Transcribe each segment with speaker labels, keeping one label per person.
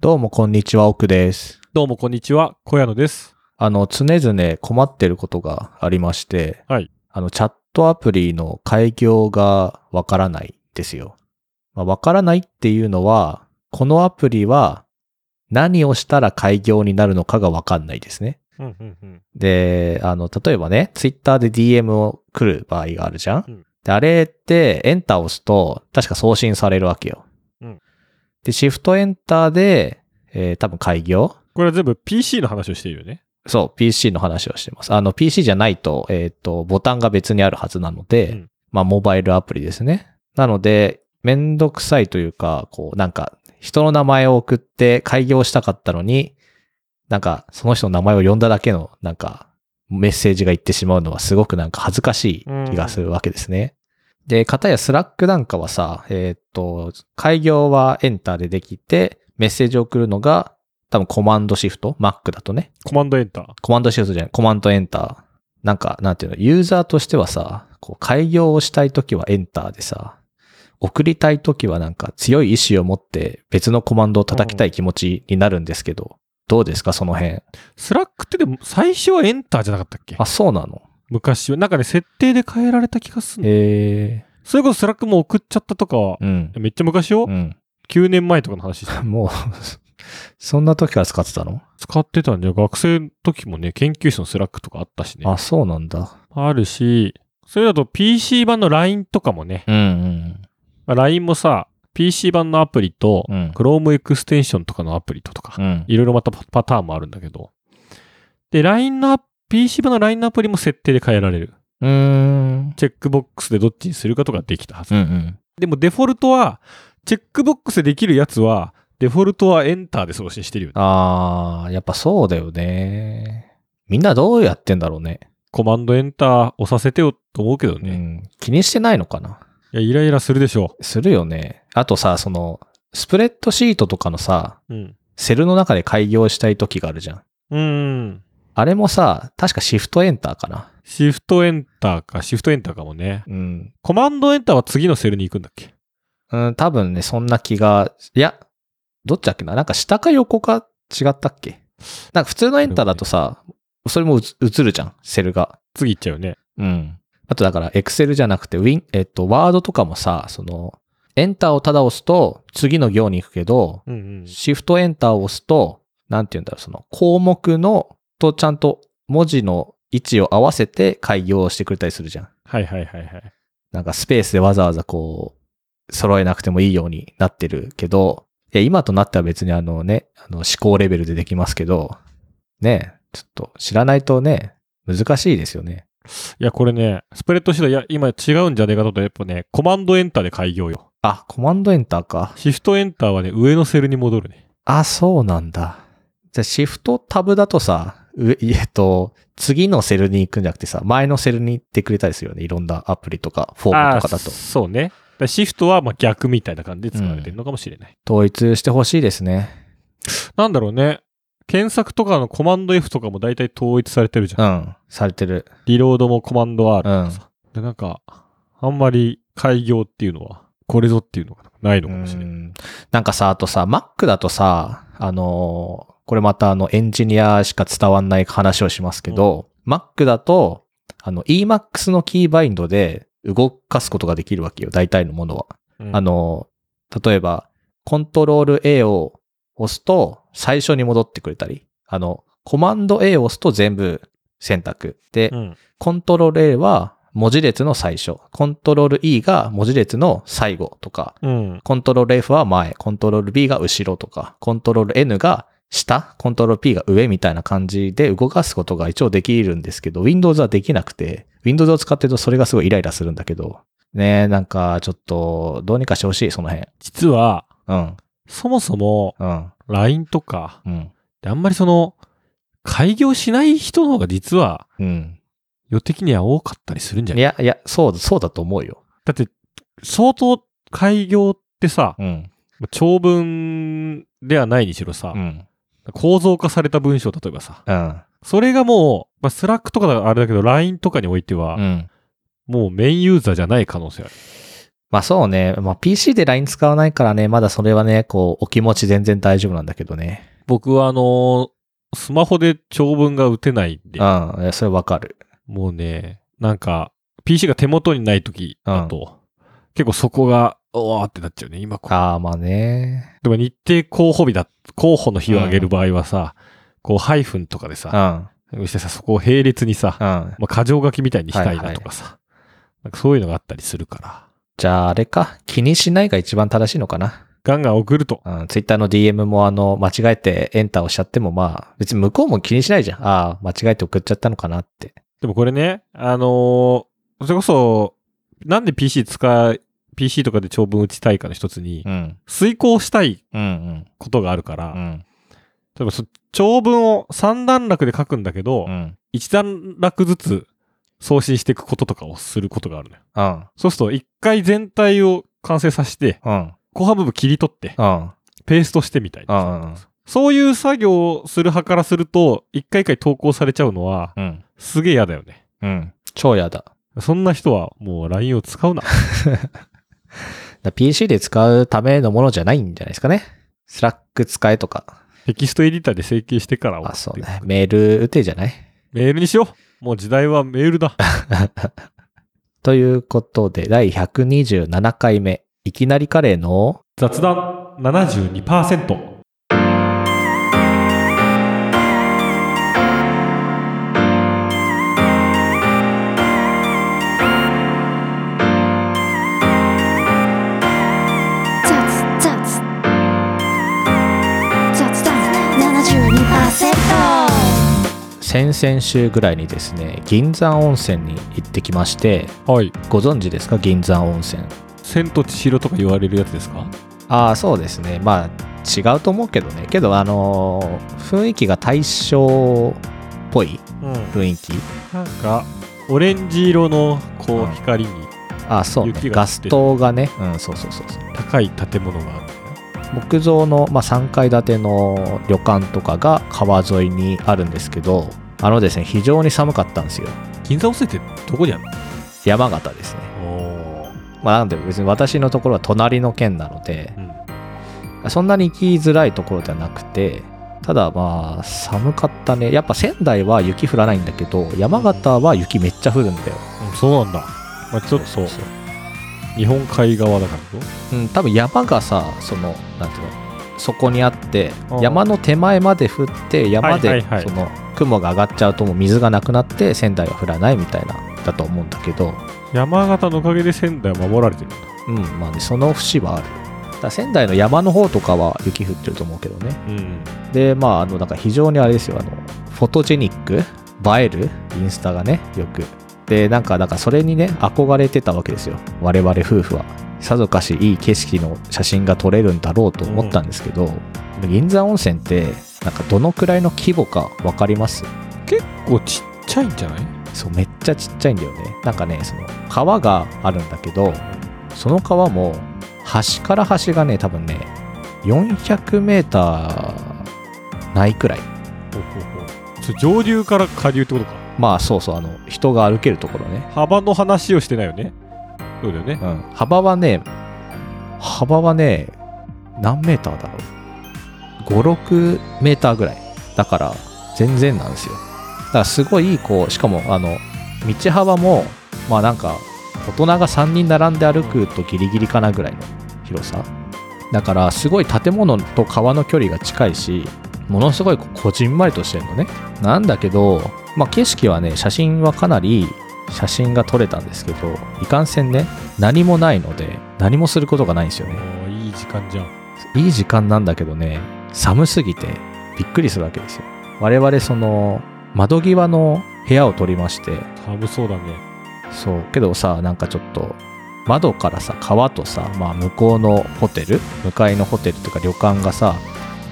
Speaker 1: どうもこんにちは、奥です。
Speaker 2: どうもこんにちは、小屋野です。
Speaker 1: あの、常々困ってることがありまして、
Speaker 2: はい
Speaker 1: あの、チャットアプリの開業がわからないですよ。まあわからないっていうのは、このアプリは何をしたら開業になるのかがわかんないですね。
Speaker 2: うんうんうん。
Speaker 1: で、あの、例えばね、ツイッターで DM を来る場合があるじゃん。
Speaker 2: うん
Speaker 1: で、あれって、エンターを押すと、確か送信されるわけよ。
Speaker 2: うん
Speaker 1: で、シフトエンターで、えー多分開業
Speaker 2: これは全部 PC の話をしているよね。
Speaker 1: そう、PC の話をしてます。あの、PC じゃないと、えっ、と、ボタンが別にあるはずなので、
Speaker 2: うん
Speaker 1: まあ、モバイルアプリですね。なので、めんどくさいというか、こう、なんか、人の名前を送って開業したかったのに、なんか、その人の名前を呼んだだけの、なんか、メッセージが言ってしまうのはすごくなんか恥ずかしい気がするわけですね。で、かたやスラックなんかはさ、えっ、と、開業はエンターでできて、メッセージを送るのが、多分コマンドシフト ?Mac だとね。
Speaker 2: コマンドエンター。
Speaker 1: コマンドシフトじゃない、コマンドエンター。なんか、なんていうの、ユーザーとしてはさ、こう、開業をしたいときはエンターでさ、送りたいときはなんか強い意志を持って別のコマンドを叩きたい気持ちになるんですけど、どうですか、その辺。
Speaker 2: スラックってでも最初はエンターじゃなかったっけ
Speaker 1: あ、そうなの
Speaker 2: 昔は。なんかね、設定で変えられた気がする
Speaker 1: へ
Speaker 2: それこそスラックも送っちゃったとかは
Speaker 1: え、うん。
Speaker 2: めっちゃ昔よ、
Speaker 1: うん。
Speaker 2: ?9 年前とかの話してた
Speaker 1: もう、 そんな時から使ってたの
Speaker 2: 使ってたんじゃ、学生の時もね、研究室のスラックとかあったしね。
Speaker 1: あ、そうなんだ。
Speaker 2: あるし、それだと PC 版の LINE とかもね、
Speaker 1: うんうん。
Speaker 2: まあ LINE もさ、PC 版のアプリと、
Speaker 1: うん。
Speaker 2: Chrome エクステンションとかのアプリととか、
Speaker 1: うん。
Speaker 2: いろいろまたパパターンもあるんだけど。で、LINE のアプ、PC 版の LINE のアプリも設定で変えられる。
Speaker 1: うーん。
Speaker 2: チェックボックスでどっちにするかとかできたはず。
Speaker 1: うんうん。
Speaker 2: でもデフォルトは、チェックボックスでできるやつは、デフォルトはエンターで送信してるよね。
Speaker 1: あー、やっぱそうだよね。みんなどうやってんだろうね。
Speaker 2: コマンドエンター押させてよと思うけど
Speaker 1: う
Speaker 2: ね。
Speaker 1: ん、気にしてないのかない
Speaker 2: や、イライラするでしょ
Speaker 1: するよね。あとさ、その、スプレッドシートとかのさ、
Speaker 2: う。うん。
Speaker 1: セルの中で開業したい時があるじゃん。
Speaker 2: うーん。
Speaker 1: あれもさ、確かシフトエンターかな。
Speaker 2: シフトエンターか、シフトエンターかもね。
Speaker 1: うん。
Speaker 2: コマンドエンターは次のセルに行くんだっけ
Speaker 1: うん、多分ね、そんな気が、いや、どっちだっけななんか下か横か違ったっけなんか普通のエンターだとさ、それもうつ映るじゃん、セルが。
Speaker 2: 次行っちゃうよね。
Speaker 1: うん。あとだから、エクセルじゃなくて、ウィン、えっと、ワードとかもさ、その、エンターをただ押すと、次の行に行くけど、
Speaker 2: うんうん。
Speaker 1: シフトエンターを押すと、なんて言うんだろう、その項目のとちゃんと文字の位置を合わせて開業をしてくれたりするじゃん。
Speaker 2: はいはいはいはい。
Speaker 1: なんかスペースでわざわざこう、揃えなくてもいいようになってるけど、いや、今となっては別にあのね、あの思考レベルでできますけど、ねえ、ちょっと知らないとね、難しいですよね。
Speaker 2: いや、これね、スプレッドシート、いや、今違うんじゃねえかと、やっぱね、コマンドエンターで開業よ。
Speaker 1: あ、コマンドエンターか。
Speaker 2: シフトエンターはね、上のセルに戻るね。
Speaker 1: あ、そうなんだ。じゃあシフトタブだとさ、上 えっと、次のセルに行くんじゃなくてさ、前のセルに行ってくれたりするよね。いろんなアプリとか、フォームとかだと
Speaker 2: あ。そうね。だからシフトはまあ逆みたいな感じで使われてるのかもしれない。
Speaker 1: 統一してほしいですね。
Speaker 2: なんだろうね。検索とかのコマンド F とかも大体統一されてるじゃん。
Speaker 1: うん。されてる。
Speaker 2: リロードもコマンド R とかさ。で、なんか、あんまり開業っていうのは、これぞっていうのがないのかもしれ
Speaker 1: う
Speaker 2: ない。
Speaker 1: んなんかさ、あとさ、Mac だとさ、あのーこれまたあのエンジニアしか伝わんない話をしますけど、Mac だと、あの Emacs のキーバインドで動かすことができるわけよ。大体のものは。
Speaker 2: うん
Speaker 1: あ、の、例えば、コントロール A を押すと最初に戻ってくれたり、あの、コマンド A を押すと全部選択。で、
Speaker 2: うん。
Speaker 1: コントロール A は文字列の最初、コントロール E が文字列の最後とか、
Speaker 2: うん。
Speaker 1: コントロール F は前、コントロール B が後ろとか、コントロール N が下、コントロール P が上みたいな感じで動かすことが一応できるんですけど、Windows はできなくて、Windows を使ってるとそれがすごいイライラするんだけど、ねえ、なんかちょっと、どうにかしてほしい、その辺。
Speaker 2: 実は、
Speaker 1: うん、
Speaker 2: そもそも
Speaker 1: うん、
Speaker 2: LINE とか、
Speaker 1: うん、
Speaker 2: であんまりその、開業しない人の方が実は、
Speaker 1: うん。
Speaker 2: 世的には多かったりするんじ
Speaker 1: い
Speaker 2: ゃない
Speaker 1: や、いや、そう、そうだと思うよ。
Speaker 2: だって、相当開業ってさ、
Speaker 1: うん、
Speaker 2: 長文ではないにしろさ、
Speaker 1: うん、
Speaker 2: 構造化された文章、例えばさ、
Speaker 1: うん、
Speaker 2: それがもう、まあ、スラックとかだからあれだけど、LINE とかにおいては、
Speaker 1: うん。
Speaker 2: もうメインユーザーじゃない可能性ある。
Speaker 1: まあそうね。まあ PC で LINE 使わないからね、まだそれはね、こう、お気持ち全然大丈夫なんだけどね。
Speaker 2: 僕はあのースマホで長文が打てないんで、
Speaker 1: うん。いやそれわかる。
Speaker 2: もうね、なんか、PC が手元にない時だと、結構そこが、おーってなっちゃうね。今こう
Speaker 1: ああ、まあね。
Speaker 2: でも日程候補日だ、候補の日を挙げる場合はさ、こうハイフンとかで
Speaker 1: う
Speaker 2: さ、
Speaker 1: ん。
Speaker 2: そしてさ、そこを並列にさ、
Speaker 1: うん。
Speaker 2: まあ、過剰書きみたいにしたいなとかさ、なんかそういうのがあったりするから、
Speaker 1: じゃああれか。気にしないが一番正しいのかな。
Speaker 2: ガンガン送ると。
Speaker 1: うん。Twitter の DM もあの、間違えてエンター押しちゃってもまあ、別に向こうも気にしないじゃん。ああ、間違えて送っちゃったのかなって。
Speaker 2: でもこれね、あのーそれこそ、なんで PC 使い、PC とかで長文打ちたいかの一つに、
Speaker 1: うん。
Speaker 2: 遂行したい
Speaker 1: うん
Speaker 2: ことがあるか
Speaker 1: う
Speaker 2: ら、
Speaker 1: ん。うん。
Speaker 2: 例えばそ長文を三段落で書くんだけど、
Speaker 1: うん。
Speaker 2: 一段落ずつ送信していくこととかをすることがあるのよ。
Speaker 1: うん。
Speaker 2: そうすると、一回全体を完成させて、
Speaker 1: うん。
Speaker 2: 後半部分切り取って、
Speaker 1: うん。
Speaker 2: ペーストしてみたいなさ。
Speaker 1: うん
Speaker 2: そういう作業をする派からすると、一回一回投稿されちゃうのは、
Speaker 1: うん。
Speaker 2: すげえ嫌だよね。
Speaker 1: うん。超やだ。
Speaker 2: そんな人はもう LINE を 使うな。
Speaker 1: だ PC で使うためのものじゃないんじゃないですかね。スラック使えとか。
Speaker 2: テキストエディターで整形してからは
Speaker 1: あ、そうね。メール打てじゃない
Speaker 2: メールにしよう。もう時代はメールだ。
Speaker 1: ということで、第127回目、いきなりカレーの、
Speaker 2: 雑談72%。
Speaker 3: 雑雑雑談72%
Speaker 1: 先々週ぐらいにですね、銀山温泉に行ってきまして、
Speaker 2: はい。
Speaker 1: ご存知ですか銀山温泉。
Speaker 2: 千と千尋とか言われるやつですか
Speaker 1: ああ、そうですね。まあ、違うと思うけどね。けど、あのー雰囲気が大正っぽい
Speaker 2: うん。
Speaker 1: 雰囲気。
Speaker 2: なんか、オレンジ色の、こ
Speaker 1: うん
Speaker 2: う、光に
Speaker 1: ああ、そうね。
Speaker 2: 雪が
Speaker 1: ガ
Speaker 2: 降っ
Speaker 1: ス
Speaker 2: てる
Speaker 1: 灯がね。うん、そうそうそうそう。
Speaker 2: 高い建物があるんだよ
Speaker 1: 木造の、まあ、3階建ての旅館とかが川沿いにあるんですけどあのですね非常に寒かったんですよ
Speaker 2: 銀座温泉ってどこにある
Speaker 1: 山形ですね、
Speaker 2: のおー。
Speaker 1: まあ、なんで別に私のところは隣の県なので
Speaker 2: うん。
Speaker 1: そんなに行きづらいところではなくてただまあ寒かったねやっぱ仙台は雪降らないんだけど山形は雪めっちゃ降るんだよ
Speaker 2: うんそうなんだ。まあ、ちょっと、日本海側だからど
Speaker 1: うん、多分山がさそのなんていうのそこにあって
Speaker 2: うん
Speaker 1: 山の手前まで降って山
Speaker 2: はい
Speaker 1: で
Speaker 2: はいはい
Speaker 1: その雲が上がっちゃうともう水がなくなって仙台は降らないみたいなだと思うんだけど、
Speaker 2: 山形のおかげで仙台は守られてるんだ。
Speaker 1: うんまあね、その節はあるだから仙台の山の方とかは雪降ってると思うけどね
Speaker 2: うん。
Speaker 1: でまああのなんか非常にあれですよあのフォトジェニック映えるインスタがねよくでなんかなんかそれにね憧れてたわけですよ我々夫婦はさぞかしいい景色の写真が撮れるんだろうと思ったんですけど、銀山温泉ってなんかどのくらいの規模か分かります
Speaker 2: 結構ちっちゃいんじゃない
Speaker 1: そうめっちゃちっちゃいんだよねなんかねその川があるんだけどその川も端から端がね多分ね400メーターないくらい
Speaker 2: ほうほうほうそれ上流から下流ってことか。
Speaker 1: まあそうそうあの人が歩けるところね、
Speaker 2: 幅の話をしてないよね。そうだよね。
Speaker 1: うん、幅はね幅はね何メーターだろう56メーターぐらいだから全然なんですよだからすごいこうしかもあの道幅もまあなんか大人が3人並んで歩くとギリギリかなぐらいの広さだからすごい建物と川の距離が近いしものすごいこうこじんまりとしてるのねなんだけど、まあ、景色はね写真はかなり写真が撮れたんですけどいかんせんね何もないので何もすることがないんですよ
Speaker 2: お
Speaker 1: ね
Speaker 2: ーいい時間じゃん。
Speaker 1: いい時間なんだけどね寒すぎてびっくりするわけですよ我々その窓際の部屋を取りまして
Speaker 2: 寒そうだね。
Speaker 1: そうけどさなんかちょっと窓からさ川とさ、まあ、向こうのホテル向かいのホテルとか旅館がさ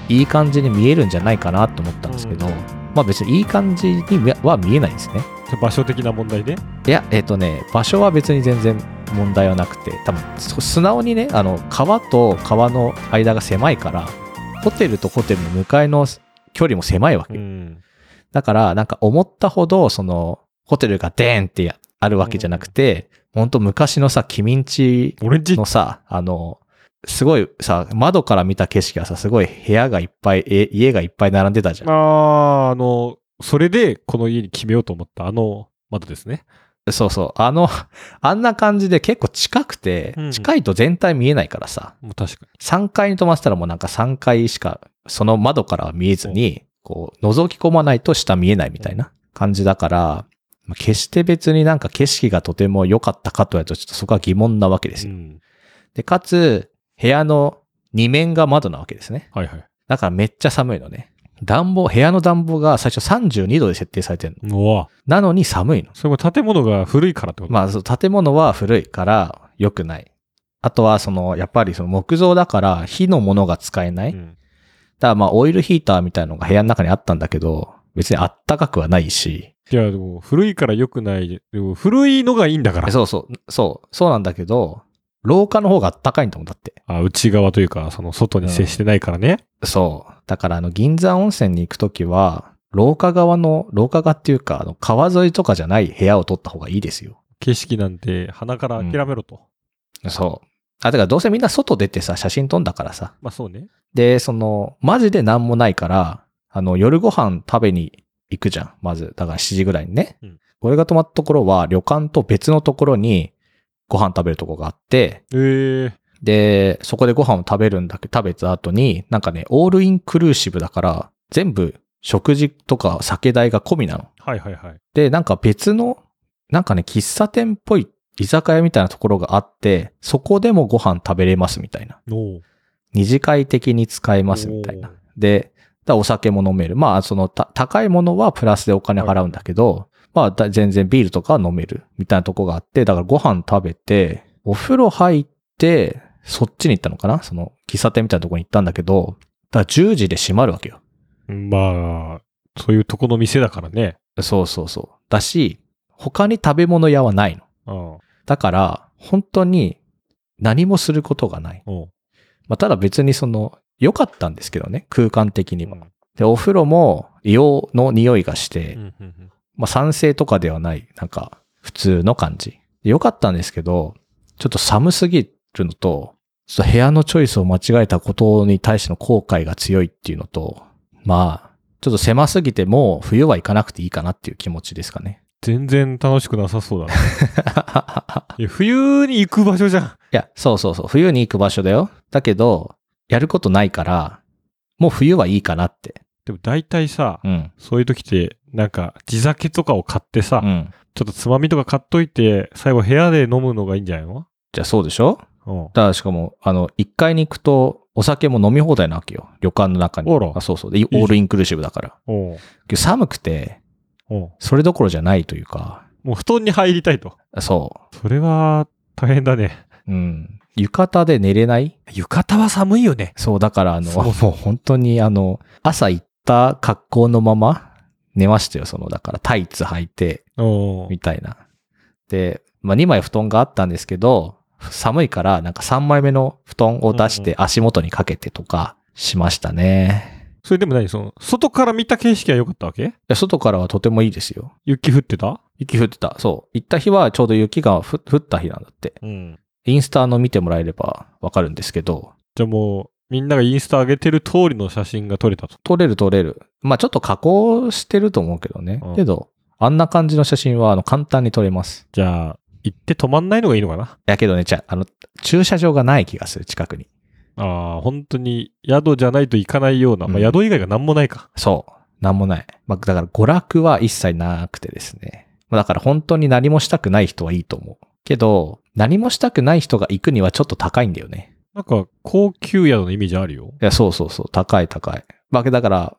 Speaker 1: いい感じに見えるんじゃないかなと思ったんですけど、
Speaker 2: うん
Speaker 1: まあ別にいい感じにはは見えないんですね
Speaker 2: じゃ場所的な問題ね。
Speaker 1: いやえっ、とね場所は別に全然問題はなくて多分そ素直にねあの川と川の間が狭いからホテルとホテルの向かいの距離も狭いわけ、
Speaker 2: ん。
Speaker 1: だから、なんか思ったほど、その、ホテルがデーンってあるわけじゃなくて、ほんと昔のさ、君んち
Speaker 2: 俺んち
Speaker 1: のさ、あの、すごいさ、窓から見た景色がさ、すごい部屋がいっぱい、え家がいっぱい並んでたじゃん。
Speaker 2: あー、あの、それでこの家に決めようと思ったあの窓ですね。
Speaker 1: そうそう。あの、あんな感じで結構近くて
Speaker 2: うん、
Speaker 1: 近いと全体見えないからさ、
Speaker 2: もう確か
Speaker 1: 3階に泊まってたらもうなんか3階しか、その窓からは見えずに、こう、覗き込まないと下見えないみたいな感じだから、まあ決して別になんか景色がとても良かったかとやるとちょっとそこは疑問なわけです
Speaker 2: に。う
Speaker 1: よ。
Speaker 2: ん。
Speaker 1: で、かつ、部屋の2面が窓なわけですね。
Speaker 2: はいはい。
Speaker 1: だからめっちゃ寒いのね。暖房、部屋の暖房が最初32度で設定されてるの。
Speaker 2: うわ
Speaker 1: なのに寒いの。
Speaker 2: それも建物が古いからってこと
Speaker 1: まあ、そう建物は古いから良くない。あとは、その、やっぱりその木造だから火のものが使えない。
Speaker 2: う
Speaker 1: だか
Speaker 2: ん
Speaker 1: らまあ、オイルヒーターみたいなのが部屋の中にあったんだけど、別にあったかくはないし、
Speaker 2: いや、でも古いから良くない。でも古いのがいいんだから。
Speaker 1: そうそう、そう、そうなんだけど、廊下の方があったかいんだもんだって。
Speaker 2: あ内側というか、その外に接してないからね。
Speaker 1: そう。だから、あの、銀山温泉に行くときは、廊下側の、廊下側っていうか、あの、川沿いとかじゃない部屋を取った方がいいですよ。
Speaker 2: 景色なんて鼻から諦めろと。
Speaker 1: そう。あ、だからどうせみんな外出てさ、写真撮んだからさ。
Speaker 2: まあそうね。
Speaker 1: で、その、マジで何もないから、あの、夜ご飯食べに行くじゃん。まず、だから7時ぐらいにね。
Speaker 2: うん
Speaker 1: 俺が泊まったところは、旅館と別のところにご飯食べるとこがあって、
Speaker 2: ええ
Speaker 1: で、そこでご飯を食べるんだけど、食べた後に、なんかね、オールインクルーシブだから、全部、食事とか酒代が込みなの。
Speaker 2: はいはいはい。
Speaker 1: で、なんか別の、なんかね、喫茶店っぽい居酒屋みたいなところがあって、そこでもご飯食べれますみたいな。
Speaker 2: おう
Speaker 1: 二次会的に使えますみたいな
Speaker 2: おー。
Speaker 1: で、だお酒も飲める。まあ、そのた高いものはプラスでお金払うんだけど、まあだ、全然ビールとかは飲めるみたいなとこがあって、だからご飯食べて、お風呂入って、そっちに行ったのかなその喫茶店みたいなとこに行ったんだけど、だから10時で閉まるわけよ。
Speaker 2: まあ、そういうとこの店だからね。
Speaker 1: そうそうそう。だし、他に食べ物屋はないの。
Speaker 2: うん。
Speaker 1: だから、本当に何もすることがない。
Speaker 2: おう
Speaker 1: まあ、ただ別にその、良かったんですけどね、空間的に
Speaker 2: う
Speaker 1: は
Speaker 2: ん。
Speaker 1: で、お風呂も硫黄の匂いがして、
Speaker 2: うんうんうん
Speaker 1: まあ酸性とかではない、なんか普通の感じ。で良かったんですけど、ちょっと寒すぎるのと、ちょっと部屋のチョイスを間違えたことに対しての後悔が強いっていうのと、まあ、ちょっと狭すぎてもう冬は行かなくていいかなっていう気持ちですかね。
Speaker 2: 全然楽しくなさそうだな。 いや冬に行く場所じゃん。
Speaker 1: いや、そうそうそう。冬に行く場所だよ。だけど、やることないから、もう冬はいいかなって。
Speaker 2: でも大体さ、
Speaker 1: うん。
Speaker 2: そういう時って、なんか、地酒とかを買ってさ、
Speaker 1: うん。
Speaker 2: ちょっとつまみとか買っといて、最後部屋で飲むのがいいんじゃないの
Speaker 1: じゃあそうでしょ
Speaker 2: うん。
Speaker 1: だからしかも、あの、1階に行くと、お酒も飲み放題なわけよ。旅館の中に。
Speaker 2: あら
Speaker 1: あそうそう。で、
Speaker 2: じゃん
Speaker 1: オールインクルーシブだから。
Speaker 2: おう
Speaker 1: けど寒くて、
Speaker 2: おう
Speaker 1: それどころじゃないというか、
Speaker 2: もう布団に入りたいと。
Speaker 1: そ
Speaker 2: それは、大変だね。
Speaker 1: う。うん。浴衣で寝れない
Speaker 2: 浴衣は寒いよね。
Speaker 1: そう、だから、あの、
Speaker 2: そう
Speaker 1: もう本当に、あの、朝行った格好のまま寝ましたよ。その、だから、タイツ履いて、
Speaker 2: おう
Speaker 1: みたいな。で、まあ、2枚布団があったんですけど、寒いから、なんか3枚目の布団を出して足元にかけてとかしましたね。
Speaker 2: それでも何その、外から見た景色は良かったわけ
Speaker 1: いや外からはとてもいいですよ。
Speaker 2: 雪降ってた
Speaker 1: 雪降ってた。そう。行った日はちょうど雪がふ降った日なんだって。
Speaker 2: うん。
Speaker 1: インスタの見てもらえればわかるんですけど、
Speaker 2: じゃあもう、みんながインスタ上げてる通りの写真が撮れたと。
Speaker 1: 撮れる撮れる。まあちょっと加工してると思うけどね。
Speaker 2: うん
Speaker 1: けど、あんな感じの写真はあの簡単に撮れます。
Speaker 2: じゃあ、行って止まんないのがいいのかな
Speaker 1: やけどね、じゃあ、あの、駐車場がない気がする、近くに。
Speaker 2: ああ、本当に宿じゃないと行かないような、まあ、
Speaker 1: うん
Speaker 2: 宿以外が何もないか。
Speaker 1: そう。なんもない。まあだから娯楽は一切なくてですね。まあだから本当に何もしたくない人はいいと思う。けど、何もしたくない人が行くにはちょっと高いんだよね。
Speaker 2: なんか、高級宿のイメージあるよ。
Speaker 1: いや、そうそうそう。高い高い。まあ、だから、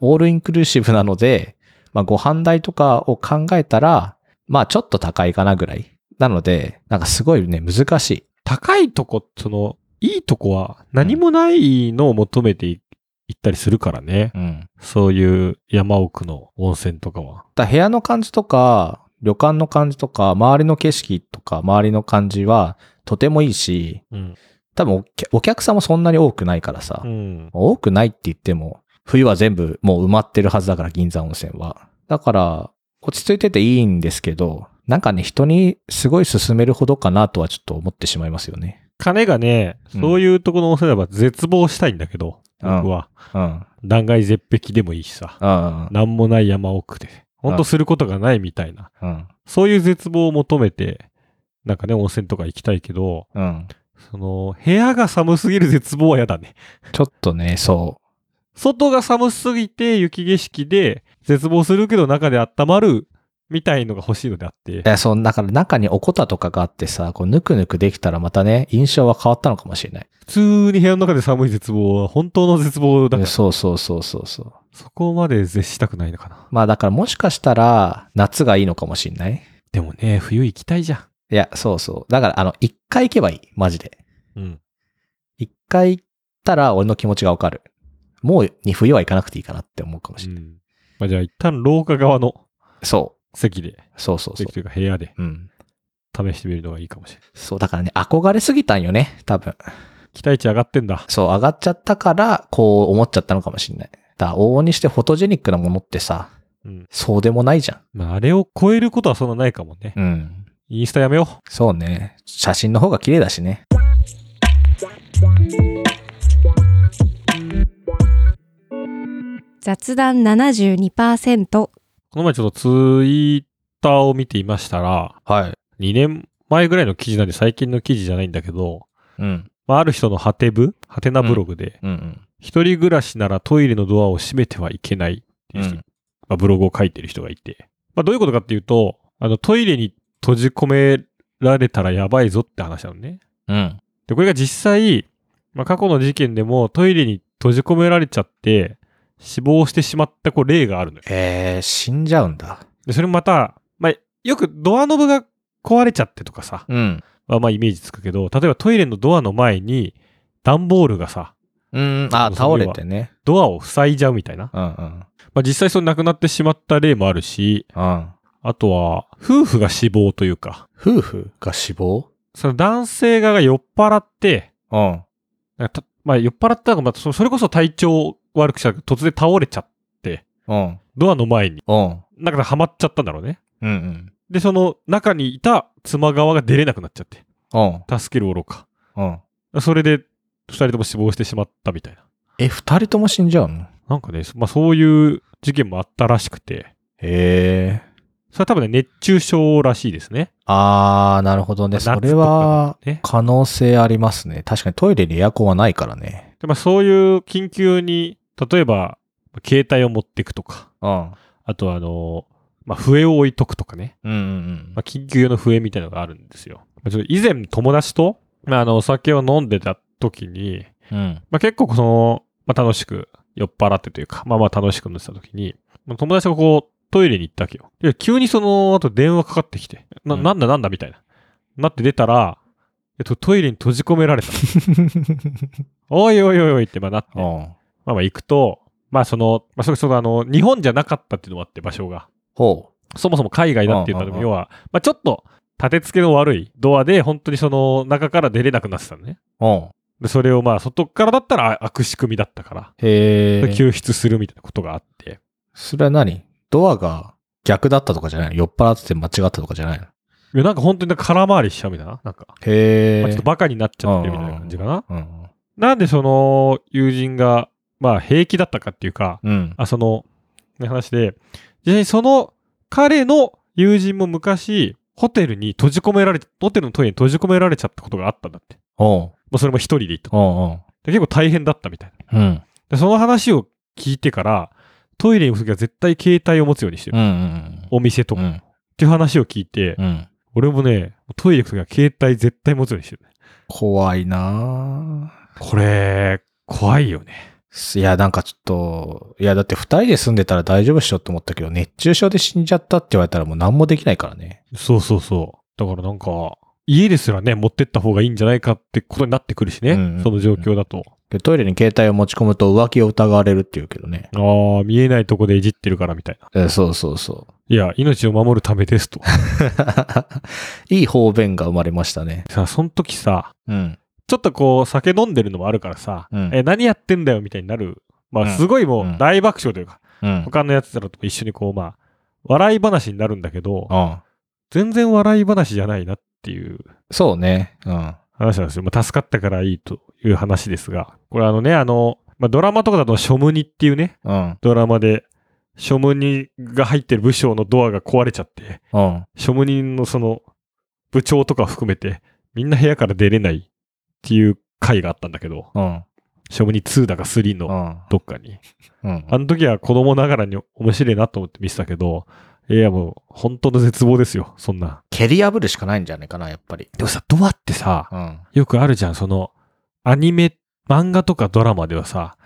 Speaker 1: オールインクルーシブなので、まあ、ご飯代とかを考えたら、まあ、ちょっと高いかなぐらい。なので、なんかすごいね、難しい。
Speaker 2: 高いとこ、その、いいとこは何もないのを求めてい行ったりするからね。
Speaker 1: うん。
Speaker 2: そういう山奥の温泉とかは。
Speaker 1: だから部屋の感じとか、旅館の感じとか、周りの景色とか、周りの感じは、とてもいいし、
Speaker 2: うん。
Speaker 1: 多分お客、お客さんもそんなに多くないからさ、
Speaker 2: うん。
Speaker 1: 多くないって言っても、冬は全部もう埋まってるはずだから、銀山温泉は。だから、落ち着いてていいんですけど、なんかね、人にすごい勧めるほどかなとはちょっと思ってしまいますよね。
Speaker 2: 金がね、
Speaker 1: うん
Speaker 2: そういうところのせれば絶望したいんだけど、
Speaker 1: うん
Speaker 2: 僕は。
Speaker 1: うん。
Speaker 2: 断崖絶壁でもいいしさ。
Speaker 1: うん。
Speaker 2: なんもない山奥で。ほんとすることがないみたいな。
Speaker 1: うん。
Speaker 2: そういう絶望を求めて、なんかね、温泉とか行きたいけど、
Speaker 1: うん。
Speaker 2: その、部屋が寒すぎる絶望は嫌だね。
Speaker 1: ちょっとね、そ
Speaker 2: 外が寒すぎて雪景色で絶望するけど中で温まるみたいのが欲しいのであって
Speaker 1: う。い。や、そう、だから中におこたとかがあってさ、こう、ぬくぬくできたらまたね、印象は変わったのかもしれない。
Speaker 2: 普通に部屋の中で寒い絶望は本当の絶望だから、
Speaker 1: そうそうそうそうそう。
Speaker 2: そこまで絶したくないのかな。
Speaker 1: まあだからもしかしたら、夏がいいのかもしれない。
Speaker 2: でもね、冬行きたいじゃ
Speaker 1: いや、そうそう。だから、あの、一回行けばいい。マジで。
Speaker 2: ん。うん。
Speaker 1: 一回行ったら俺の気持ちがわかる。もうに冬は行かなくていいかなって思うかもしれない。
Speaker 2: まあじゃあ一旦廊下側の
Speaker 1: そ
Speaker 2: 席で、
Speaker 1: う。そうそうそ
Speaker 2: 席というか部屋で
Speaker 1: う。うん。
Speaker 2: 試してみるのがいいかもしれない。
Speaker 1: そう、だからね、憧れすぎたんよね。多分。
Speaker 2: 期待値上がってんだ。
Speaker 1: そう、上がっちゃったから、こう思っちゃったのかもしれない。だから、往々にしてフォトジェニックなものってさ、
Speaker 2: うん。
Speaker 1: そうでもないじゃ
Speaker 2: まああれを超えることはそんなないかもね。
Speaker 1: ん。うん。
Speaker 2: インスタやめよ
Speaker 1: そうね。写真の方が綺麗だしね。
Speaker 4: 雑談72%
Speaker 2: う。この前ちょっとツイッターを見ていましたら、
Speaker 1: はい。
Speaker 2: 2年前ぐらいの記事なんで最近の記事じゃないんだけど、
Speaker 1: うん。
Speaker 2: まあ、ある人のハテブ、ハテナブログで、
Speaker 1: うんうん。
Speaker 2: 一人暮らしならトイレのドアを閉めてはいけないっていう人
Speaker 1: うん
Speaker 2: まあ、ブログを書いてる人がいて、まあ、どういうことかっていうと、あの、トイレに閉じ込められたらやばいぞって話なのね。
Speaker 1: うん。
Speaker 2: で、これが実際、まあ、過去の事件でもトイレに閉じ込められちゃって、死亡してしまったこう例があるのよ。
Speaker 1: えー、死んじゃうんだ。
Speaker 2: で、それもまた、まあ、よくドアノブが壊れちゃってとかさ、
Speaker 1: うん。
Speaker 2: はまあイメージつくけど、例えばトイレのドアの前に段ボールがさ、
Speaker 1: うん。あ、
Speaker 2: そ
Speaker 1: 倒
Speaker 2: う
Speaker 1: れてね。
Speaker 2: ドアを塞いじゃうみたいな。
Speaker 1: うんうん。
Speaker 2: まあ実際その亡くなってしまった例もあるし、
Speaker 1: うん。
Speaker 2: あとは夫婦が死亡というか、
Speaker 1: 夫婦が死亡
Speaker 2: その男性側が酔っ払って、
Speaker 1: うん。
Speaker 2: なんかたまあ酔っ払ったのが、まあそそれこそ体調悪くしたら突然倒れちゃって、
Speaker 1: うん。
Speaker 2: ドアの前に、
Speaker 1: うん。
Speaker 2: なんかハマっちゃったんだろうね。
Speaker 1: うんうん。
Speaker 2: で、その中にいた妻側が出れなくなっちゃって、
Speaker 1: うん。
Speaker 2: 助ける愚か。
Speaker 1: うん。
Speaker 2: それで二人とも死亡してしまったみたいな。
Speaker 1: え、二人とも死んじゃうの
Speaker 2: なんかね、そまあそういう事件もあったらしくて、
Speaker 1: へえ。
Speaker 2: それは多分ね、熱中症らしいですね。
Speaker 1: あー、なるほどね。
Speaker 2: 夏と
Speaker 1: そ
Speaker 2: か
Speaker 1: れは、
Speaker 2: ね。
Speaker 1: 可能性ありますね。確かにトイレにエアコンはないからね。
Speaker 2: でまあ、そういう緊急に、例えば、携帯を持っていくとか、
Speaker 1: うん。
Speaker 2: あとはあの、まあ、笛を置いとくとかね。
Speaker 1: うんうん
Speaker 2: まあ、緊急用の笛みたいなのがあるんですよ。まあちょっと以前、友達と、まあ、あの、お酒を飲んでた時に、
Speaker 1: うん。うん。
Speaker 2: まあ、結構その、まあ、楽しく、酔っ払ってというか、まあまあ楽しく飲んでた時に、まあ友達がこう、トイレに行ったわけよ。で、急にその後電話かかってきて、な、
Speaker 1: うん
Speaker 2: なんだなんだみたいな。なって出たら、えっと、トイレに閉じ込められた。おいおいおいおいって、まあなって、
Speaker 1: う
Speaker 2: ま
Speaker 1: ん。
Speaker 2: あまあ行くと、まあその、まあそれそのあの、日本じゃなかったっていうのもあって、場所が。
Speaker 1: ほ
Speaker 2: そもそも海外だって言った
Speaker 1: うん
Speaker 2: の
Speaker 1: うんうん
Speaker 2: も、要は、まあちょっと、立て付けの悪いドアで、本当にその、中から出れなくなってたのね。
Speaker 1: う。うん。
Speaker 2: で、それをまあ、外からだったらあ悪仕組みだったから。
Speaker 1: へえ。
Speaker 2: 救出するみたいなことがあって。
Speaker 1: それは何ドアが逆だったとかじゃないの酔っ払ってて間違ったとかじゃないの
Speaker 2: いや、なんか本当になんか空回りしちゃうみたいな。なんか、
Speaker 1: へえ。
Speaker 2: まあちょっとバカになっちゃってるみたいな感じかな。
Speaker 1: うん。
Speaker 2: なんでその友人が、まあ平気だったかっていうか、
Speaker 1: うん。
Speaker 2: あ、その、ね話で、実際にその彼の友人も昔、ホテルに閉じ込められ、ホテルのトイレに閉じ込められちゃったことがあったんだって。
Speaker 1: うん。
Speaker 2: まあそれも一人で行ったと。
Speaker 1: うんうん。
Speaker 2: で結構大変だったみたいな。
Speaker 1: うん。
Speaker 2: でその話を聞いてから、トイレに行くときは絶対携帯を持つようにして
Speaker 1: う
Speaker 2: る。
Speaker 1: んうん。
Speaker 2: お店と
Speaker 1: う
Speaker 2: か。っ
Speaker 1: ん。
Speaker 2: ていう話を聞いて、
Speaker 1: うん。
Speaker 2: 俺もね、トイレ行くときは携帯絶対持つようにしてるね。
Speaker 1: 怖いなぁ
Speaker 2: これ、怖いよね。
Speaker 1: いや、なんかちょっと、いや、だって二人で住んでたら大丈夫っしょって思ったけど、熱中症で死んじゃったって言われたらもう何もできないからね。
Speaker 2: そうそうそう。だからなんか、家ですらね、持ってった方がいいんじゃないかってことになってくるしね。
Speaker 1: うんうんうん
Speaker 2: その状況だと。
Speaker 1: でトイレに携帯を持ち込むと浮気を疑われるって言うけどね。
Speaker 2: ああ、見えないとこでいじってるからみたいな。
Speaker 1: えそうそうそう。
Speaker 2: いや、命を守るためですと。
Speaker 1: いい方便が生まれましたね。
Speaker 2: さあ、その時さ、
Speaker 1: うん。
Speaker 2: ちょっとこう、酒飲んでるのもあるからさ、
Speaker 1: うん
Speaker 2: え、何やってんだよみたいになる。ま
Speaker 1: う
Speaker 2: あ、
Speaker 1: ん
Speaker 2: すごいうも
Speaker 1: ん
Speaker 2: う大爆笑というか、
Speaker 1: うん。
Speaker 2: 他のやつらと一緒にこう、まあ、笑い話になるんだけど、
Speaker 1: あ
Speaker 2: 全然笑い話じゃないなっていう
Speaker 1: そうね。うん。
Speaker 2: 話なんですよ。まあ、助かったからいいという話ですが、これあのね、あの、まあ、ドラマとかだと、ショムニっていうね、
Speaker 1: うん。
Speaker 2: ドラマで、ショムニが入ってる部署のドアが壊れちゃって、
Speaker 1: うん。
Speaker 2: ショムニのその、部長とか含めて、みんな部屋から出れないっていう回があったんだけど、
Speaker 1: うん。
Speaker 2: ショムニ2だか3
Speaker 1: う
Speaker 2: の
Speaker 1: ん。
Speaker 2: どっかに。
Speaker 1: うん。
Speaker 2: あの時は子供ながらに面白いなと思って見てたけど、いやもう本当の絶望ですよ、そんな。
Speaker 1: 蹴り破るしかないんじゃないかな、やっぱり。
Speaker 2: でもさ、ドアってさ、
Speaker 1: うん。
Speaker 2: よくあるじゃん、その、アニメ、漫画とかドラマではさ、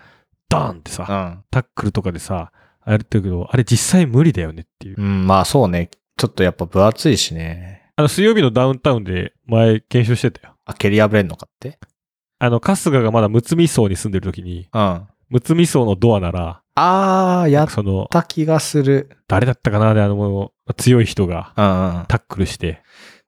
Speaker 2: ダーンって
Speaker 1: う
Speaker 2: さ、
Speaker 1: ん。
Speaker 2: タックルとかでさ、あれって言うけど、あれ実際無理だよねっていう。
Speaker 1: うん、まあそうね。ちょっとやっぱ分厚いしね。
Speaker 2: あの、水曜日のダウンタウンで前検証してたよ。
Speaker 1: あ、蹴り破れんのかって
Speaker 2: あの、春日がまだむつみ荘に住んでる時に、
Speaker 1: うん。あ
Speaker 2: むつみ荘のドアなら、
Speaker 1: あー、やっ
Speaker 2: その、
Speaker 1: た気がする。
Speaker 2: 誰だったかなで、あの、強い人が
Speaker 1: うん、うん。
Speaker 2: タックルして、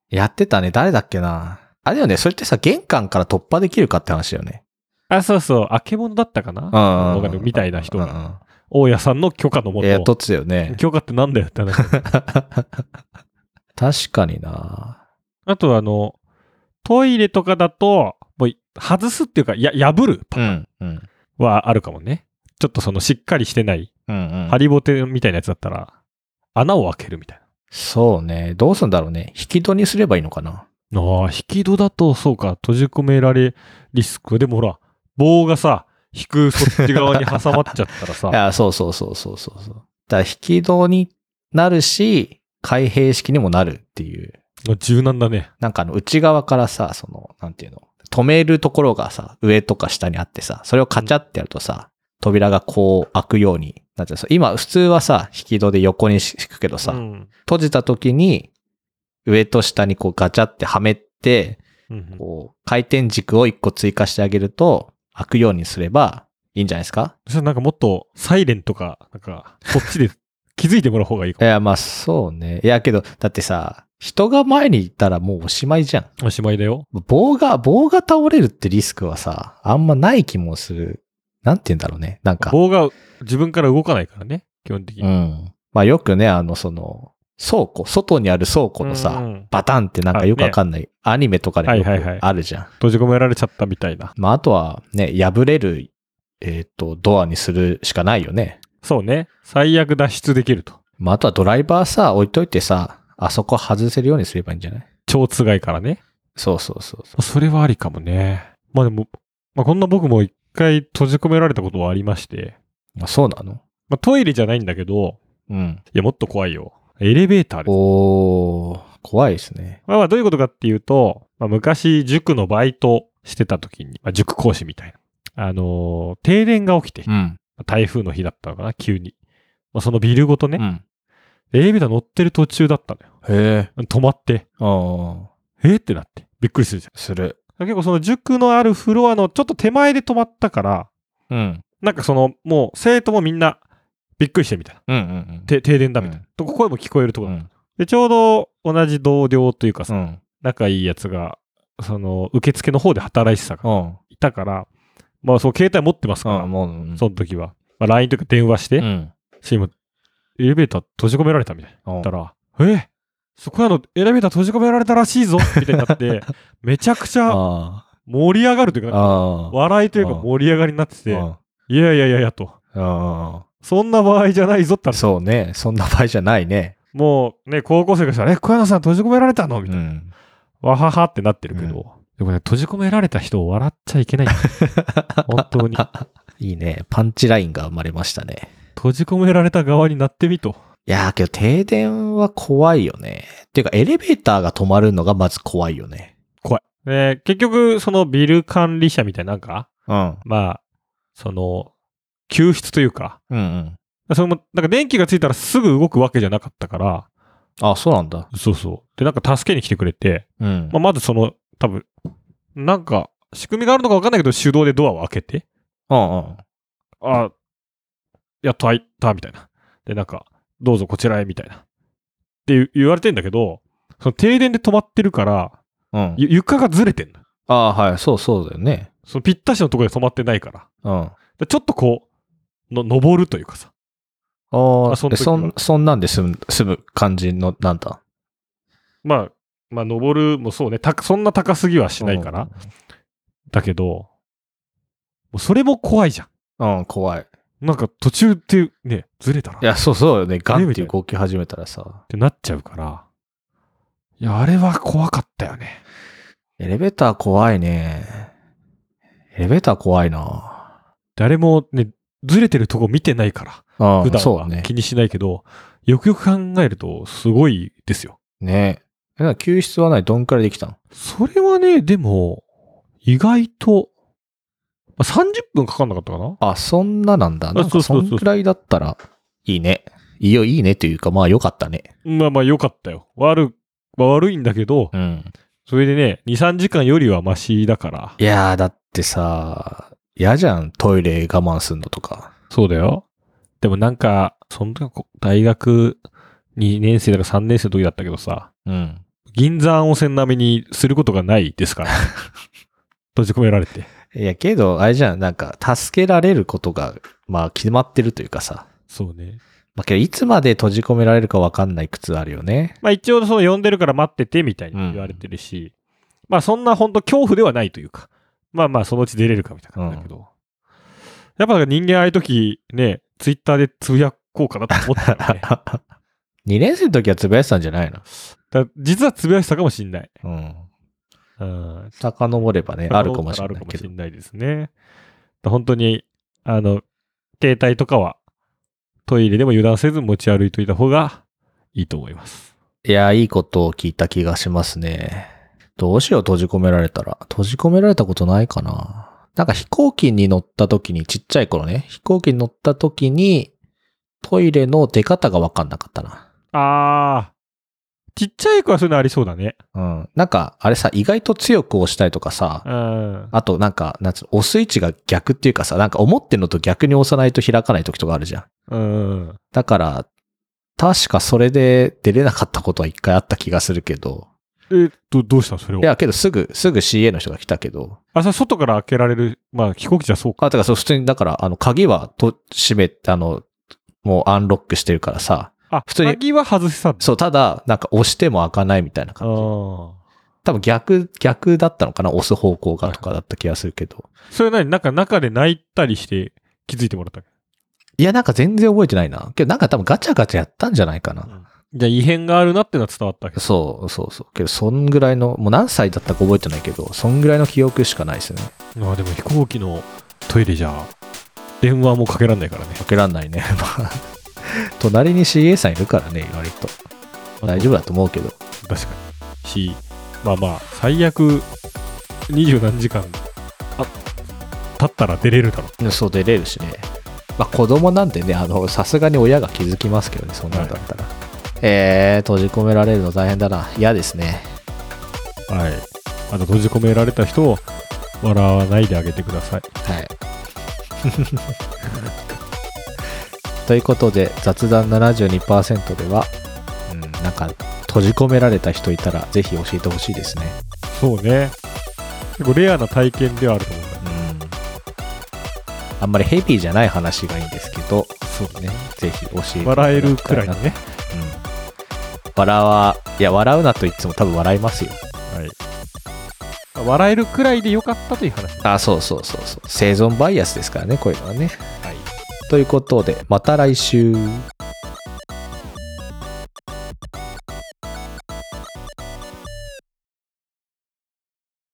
Speaker 1: やってたね。誰だっけな。あれだよね。それってさ、玄関から突破できるかって話だよね。
Speaker 2: あ、そうそう、あけぼのだったかな
Speaker 1: うん
Speaker 2: わかるみたいな人
Speaker 1: うんう
Speaker 2: が、
Speaker 1: ん。
Speaker 2: 大家さんの許可のも
Speaker 1: いや、ど
Speaker 2: と、
Speaker 1: っちだよね。
Speaker 2: 許可ってなんだよっ て話。
Speaker 1: 確かにな。
Speaker 2: あと、あの、トイレとかだと、もう、外すっていうか、や、破るパ
Speaker 1: うん。うん。
Speaker 2: はあるかもね。ちょっとその、しっかりしてない、
Speaker 1: うん、う
Speaker 2: ハ
Speaker 1: ん。
Speaker 2: リボテみたいなやつだったら、穴を開けるみたい
Speaker 1: そうね。どうすんだろうね。引き戸にすればいいのかな。
Speaker 2: な。ああ、引き戸だと、そうか、閉じ込められリスク。でもほら、棒がさ、引くそっち側に挟まっちゃった ら
Speaker 1: い
Speaker 2: さ、
Speaker 1: や、そうそうそうそうそうそう。だから引き戸になるし、開閉式にもなるっていう。
Speaker 2: 柔軟だね。
Speaker 1: なんかあの内側からさ、その、なんていうの、止めるところがさ、上とか下にあってさ、それをカチャってやるとさ、扉がこう開くようになっちゃう。そう今、普通はさ、引き戸で横に敷くけどさ、
Speaker 2: うん。
Speaker 1: 閉じた時に、上と下にこうガチャってはめて、
Speaker 2: うん
Speaker 1: こう、回転軸を一個追加してあげると、開くようにすればいいんじゃないですか
Speaker 2: そしたらなんかもっと、サイレンとか、なんか、こっちで気づいてもらう方がいい
Speaker 1: い
Speaker 2: か
Speaker 1: や、まあそうね。いや、けど、だってさ、人が前にいたらもうおしまいじゃん。
Speaker 2: も。おしまいだよ。
Speaker 1: 棒が、棒が倒れるってリスクはさ、あんまない気もする。なんて言うんだろうね。なんか。
Speaker 2: 棒が自分から動かないからね、基本的
Speaker 1: う
Speaker 2: に。
Speaker 1: ん。まあよくね、あの、その、倉庫、外にある倉庫のさ、
Speaker 2: うんうん
Speaker 1: バタンってなんかよくわかんない、アニメとかでよく
Speaker 2: はいはいはい
Speaker 1: あるじゃん。
Speaker 2: 閉じ込められちゃったみたいな。
Speaker 1: まああとはね、破れる、えっ、と、ドアにするしかないよね。
Speaker 2: そうね。最悪脱出できると。
Speaker 1: まああとはドライバーさ、置いといてさ、あそこ外せるようにすればいいんじゃない
Speaker 2: 超つがいからね。
Speaker 1: そうそうそうそう。
Speaker 2: それはありかもね。まあでも、まあこんな僕も一回閉じ込められたことはありまして、
Speaker 1: あそうなの
Speaker 2: まあトイレじゃないんだけど、
Speaker 1: うん。
Speaker 2: いや、もっと怖いよ。エレベーターです。
Speaker 1: おー、怖いですね。
Speaker 2: まあまあどういうことかっていうと、まあ昔塾のバイトしてた時に、まあ塾講師みたいな。あのー停電が起きて、
Speaker 1: うん。
Speaker 2: 台風の日だったのかな、急に。まあそのビルごとね、
Speaker 1: うん。
Speaker 2: エレベーター乗ってる途中だったのよ。
Speaker 1: へえ。
Speaker 2: 止まって、
Speaker 1: うん。
Speaker 2: えーってなって。びっくりするじゃん。
Speaker 1: する。
Speaker 2: 結構その塾のあるフロアのちょっと手前で止まったから、
Speaker 1: うん。
Speaker 2: なんかそのもう生徒もみんなびっくりしてるみたいな。
Speaker 1: うんうん
Speaker 2: て停電だみたいな。と声も聞こえると
Speaker 1: う
Speaker 2: ころ、
Speaker 1: ん。
Speaker 2: で、ちょうど同じ同僚というかさ、
Speaker 1: うん。
Speaker 2: 仲いいやつが、その受付の方で働いてたから、
Speaker 1: うん。
Speaker 2: いたから、まあそう携帯持ってますから、
Speaker 1: もうん、
Speaker 2: その時は。まあ LINE というか電話し
Speaker 1: う
Speaker 2: て、
Speaker 1: ん。
Speaker 2: チーム、エレベーター閉じ込められたみたいな。
Speaker 1: うん
Speaker 2: だったら、えそこやのエレベーター閉じ込められたらし いぞみたいになって、めちゃくちゃ
Speaker 1: あ
Speaker 2: 盛り上がるという
Speaker 1: あ。
Speaker 2: か、笑いというか
Speaker 1: うん
Speaker 2: 盛り上がりになってて、
Speaker 1: あ
Speaker 2: いやいやいやいやと、
Speaker 1: あ。
Speaker 2: そんな場合じゃないぞって話
Speaker 1: そうね。そんな場合じゃないね。
Speaker 2: もうね、高校生がしたら、え、小山さん閉じ込められたのみ
Speaker 1: う
Speaker 2: たいな、
Speaker 1: ん。
Speaker 2: わははってなってるけど、
Speaker 1: うん
Speaker 2: でもね、閉じ込められた人を笑っちゃ いけない。本当に。
Speaker 1: いいね。パンチラインが生まれましたね。
Speaker 2: 閉じ込められた側になってみと。
Speaker 1: いやーけど停電は怖いよね。っていうかエレベーターが止まるのがまず怖いよね。
Speaker 2: で結局、そのビル管理者みたいな、なんか、
Speaker 1: うん。
Speaker 2: まあ、その、救出というか、
Speaker 1: うんうん。
Speaker 2: それも、なんか電気がついたらすぐ動くわけじゃなかったから、
Speaker 1: あ、そうなんだ。
Speaker 2: そうそう。で、なんか助けに来てくれて、
Speaker 1: うん
Speaker 2: まあ、まずその、多分なんか、仕組みがあるのか分かんないけど、手動でドアを開けて、
Speaker 1: うんうん。
Speaker 2: ああ、やっと開いた、みたいな。で、なんか、どうぞこちらへ、みたいな。って言う言われてんだけど、その停電で止まってるから、
Speaker 1: うん。
Speaker 2: ゆ床がずれてんの。
Speaker 1: ああ、はい。そうそうだよね。
Speaker 2: そのぴったしのところで止まってないから。
Speaker 1: うん。
Speaker 2: でちょっとこう、の、登るというかさ。
Speaker 1: ああ、
Speaker 2: あその時は
Speaker 1: そん、そんなんで済む、済む感じの、なんだ。
Speaker 2: まあ、まあ、登るもそうね、たそんな高すぎはしないから。だけど、もうそれも怖いじゃ
Speaker 1: うん、うん怖い。
Speaker 2: ん。なんか途中ってね、ずれたら
Speaker 1: い
Speaker 2: っ
Speaker 1: や、そうそうよね。ガンっ
Speaker 2: み
Speaker 1: て
Speaker 2: たいな
Speaker 1: 動き始めたらさ、
Speaker 2: てなっちゃうから。いや、あれは怖かったよね。
Speaker 1: エレベーター怖いね。エレベーター怖いな。
Speaker 2: 誰もね、ずれてるとこ見てないから、
Speaker 1: うん、
Speaker 2: 普段
Speaker 1: そう
Speaker 2: は
Speaker 1: ね。
Speaker 2: 気にしないけど、よくよく考えるとすごいですよ。
Speaker 1: ねえ。なんか救出はないどんくらいできたの
Speaker 2: それはね、でも、意外と、まあ、30分かかんなかったかな
Speaker 1: あ、そんななんだ。なん
Speaker 2: そ
Speaker 1: か
Speaker 2: うそ
Speaker 1: そう
Speaker 2: そうん
Speaker 1: くらいだったら、いいね。いいよ、いいねというか、まあよかったね。
Speaker 2: まあまあ良かったよ。悪、まあ悪いんだけど、
Speaker 1: うん。
Speaker 2: それでね、2、3時間よりはマシだから。
Speaker 1: いやー、だってさ、嫌じゃん。トイレ我慢すんのとか。
Speaker 2: そうだよ。でもなんか、その時こ大学2年生だか3年生の時だったけどさ、
Speaker 1: うん。
Speaker 2: 銀山温泉並みにすることがないです から。閉じ込められて。
Speaker 1: いや、けど、あれじゃん。なんか、助けられることが、まあ決まってるというかさ。
Speaker 2: そうね。
Speaker 1: まあけど、いつまで閉じ込められるかわかんない靴あるよね。。
Speaker 2: まあ一応その呼んでるから待っててみたいに言われてるし、まあそんな本当恐怖ではないというか、まあまあそのうち出れるかみたいな感じだけど、やっぱ人間ああいう時ね、ツイッターでつぶやこうかなと思ったよね
Speaker 1: 2年生の時はつぶやいてたんじゃないの
Speaker 2: だ実はつぶやいてたかもしんない。
Speaker 1: うん。
Speaker 2: うん。
Speaker 1: 遡ればね、あるかもしれ
Speaker 2: ある
Speaker 1: ない
Speaker 2: かも
Speaker 1: け
Speaker 2: し
Speaker 1: ど
Speaker 2: れ。ないですね。本当に、あの、携帯とかはトイレでも油断せず持ち歩いといた方がいいと思います。
Speaker 1: いや、いいことを聞いた気がしますね。どうしよう、閉じ込められたら。閉じ込められたことないかな。なんか飛行機に乗った時に、ちっちゃい頃ね、飛行機に乗った時に、トイレの出方がわかんなかったな。
Speaker 2: あー、ちっちゃい子はそういうのありそうだね。
Speaker 1: うん。なんか、あれさ、意外と強く押したりとかさ
Speaker 2: う、ん。
Speaker 1: あとなんか、なんつうの、押す位置が逆っていうかさ、なんか思ってんのと逆に押さないと開かない時とかあるじゃん。
Speaker 2: うん。
Speaker 1: だから、確かそれで出れなかったことは一回あった気がするけど、
Speaker 2: え、どどうしたのそれ
Speaker 1: い
Speaker 2: は。
Speaker 1: や、けどすぐ、すぐ CA の人が来たけど、
Speaker 2: あ、それ外から開けられる。まあ、飛行機じゃそうか。
Speaker 1: あ、だからそう、普通に、だから、あの、鍵はと閉めて、あの、もうアンロックしてるからさ、
Speaker 2: あ、
Speaker 1: 普通に
Speaker 2: 鍵は外せたんだ。
Speaker 1: そう、ただ、なんか押しても開かないみたいな
Speaker 2: あ
Speaker 1: 感じ。
Speaker 2: ー
Speaker 1: 多分逆、逆だったのかな、押す方向がとかだった気がするけど。
Speaker 2: それ何なんか中で泣いたりして気づいてもらったっけ
Speaker 1: いや、なんか全然覚えてないな。けど、なんか多分ガチャガチャやったんじゃないかな。
Speaker 2: じゃあ異変があるなってのは伝わったわけど。
Speaker 1: そう、そうそう。けど、そんぐらいの、もう何歳だったか覚えてないけど、そんぐらいの記憶しかないですね。
Speaker 2: まあでも飛行機のトイレじゃ、電話もかけらんないからね。
Speaker 1: かけらんないね。 まあ、隣に CA さんいるからね、割と。大丈夫だと思うけど。
Speaker 2: 確かに。し、まあまあ、最悪、二十何時間、あ、経ったら出れるだろう。
Speaker 1: そう出れるしね、まあ、子供なんてねあのさすがに親が気づきますけどねそんなのだったら、えー、閉じ込められるの大変だな嫌ですね
Speaker 2: はい。あと閉じ込められた人を笑わないであげてください。
Speaker 1: はいということで雑談72%では、うん、なんか閉じ込められた人いたらぜひ教えてほしいですね
Speaker 2: そうね。結構レアな体験ではあると思うんだよね。
Speaker 1: うんあんまりヘビーじゃない話がいいんですけど
Speaker 2: そう
Speaker 1: ね。ぜひ教えていただきたいな
Speaker 2: 笑えるくらいのね。
Speaker 1: うん笑わ、いや、笑うなと言っても多分笑いますよ。
Speaker 2: はい。笑えるくらいでよかったという話。
Speaker 1: あ、そうそうそうそう。生存バイアスですからね、こういうのはね。
Speaker 2: はい。
Speaker 1: ということで、また来週。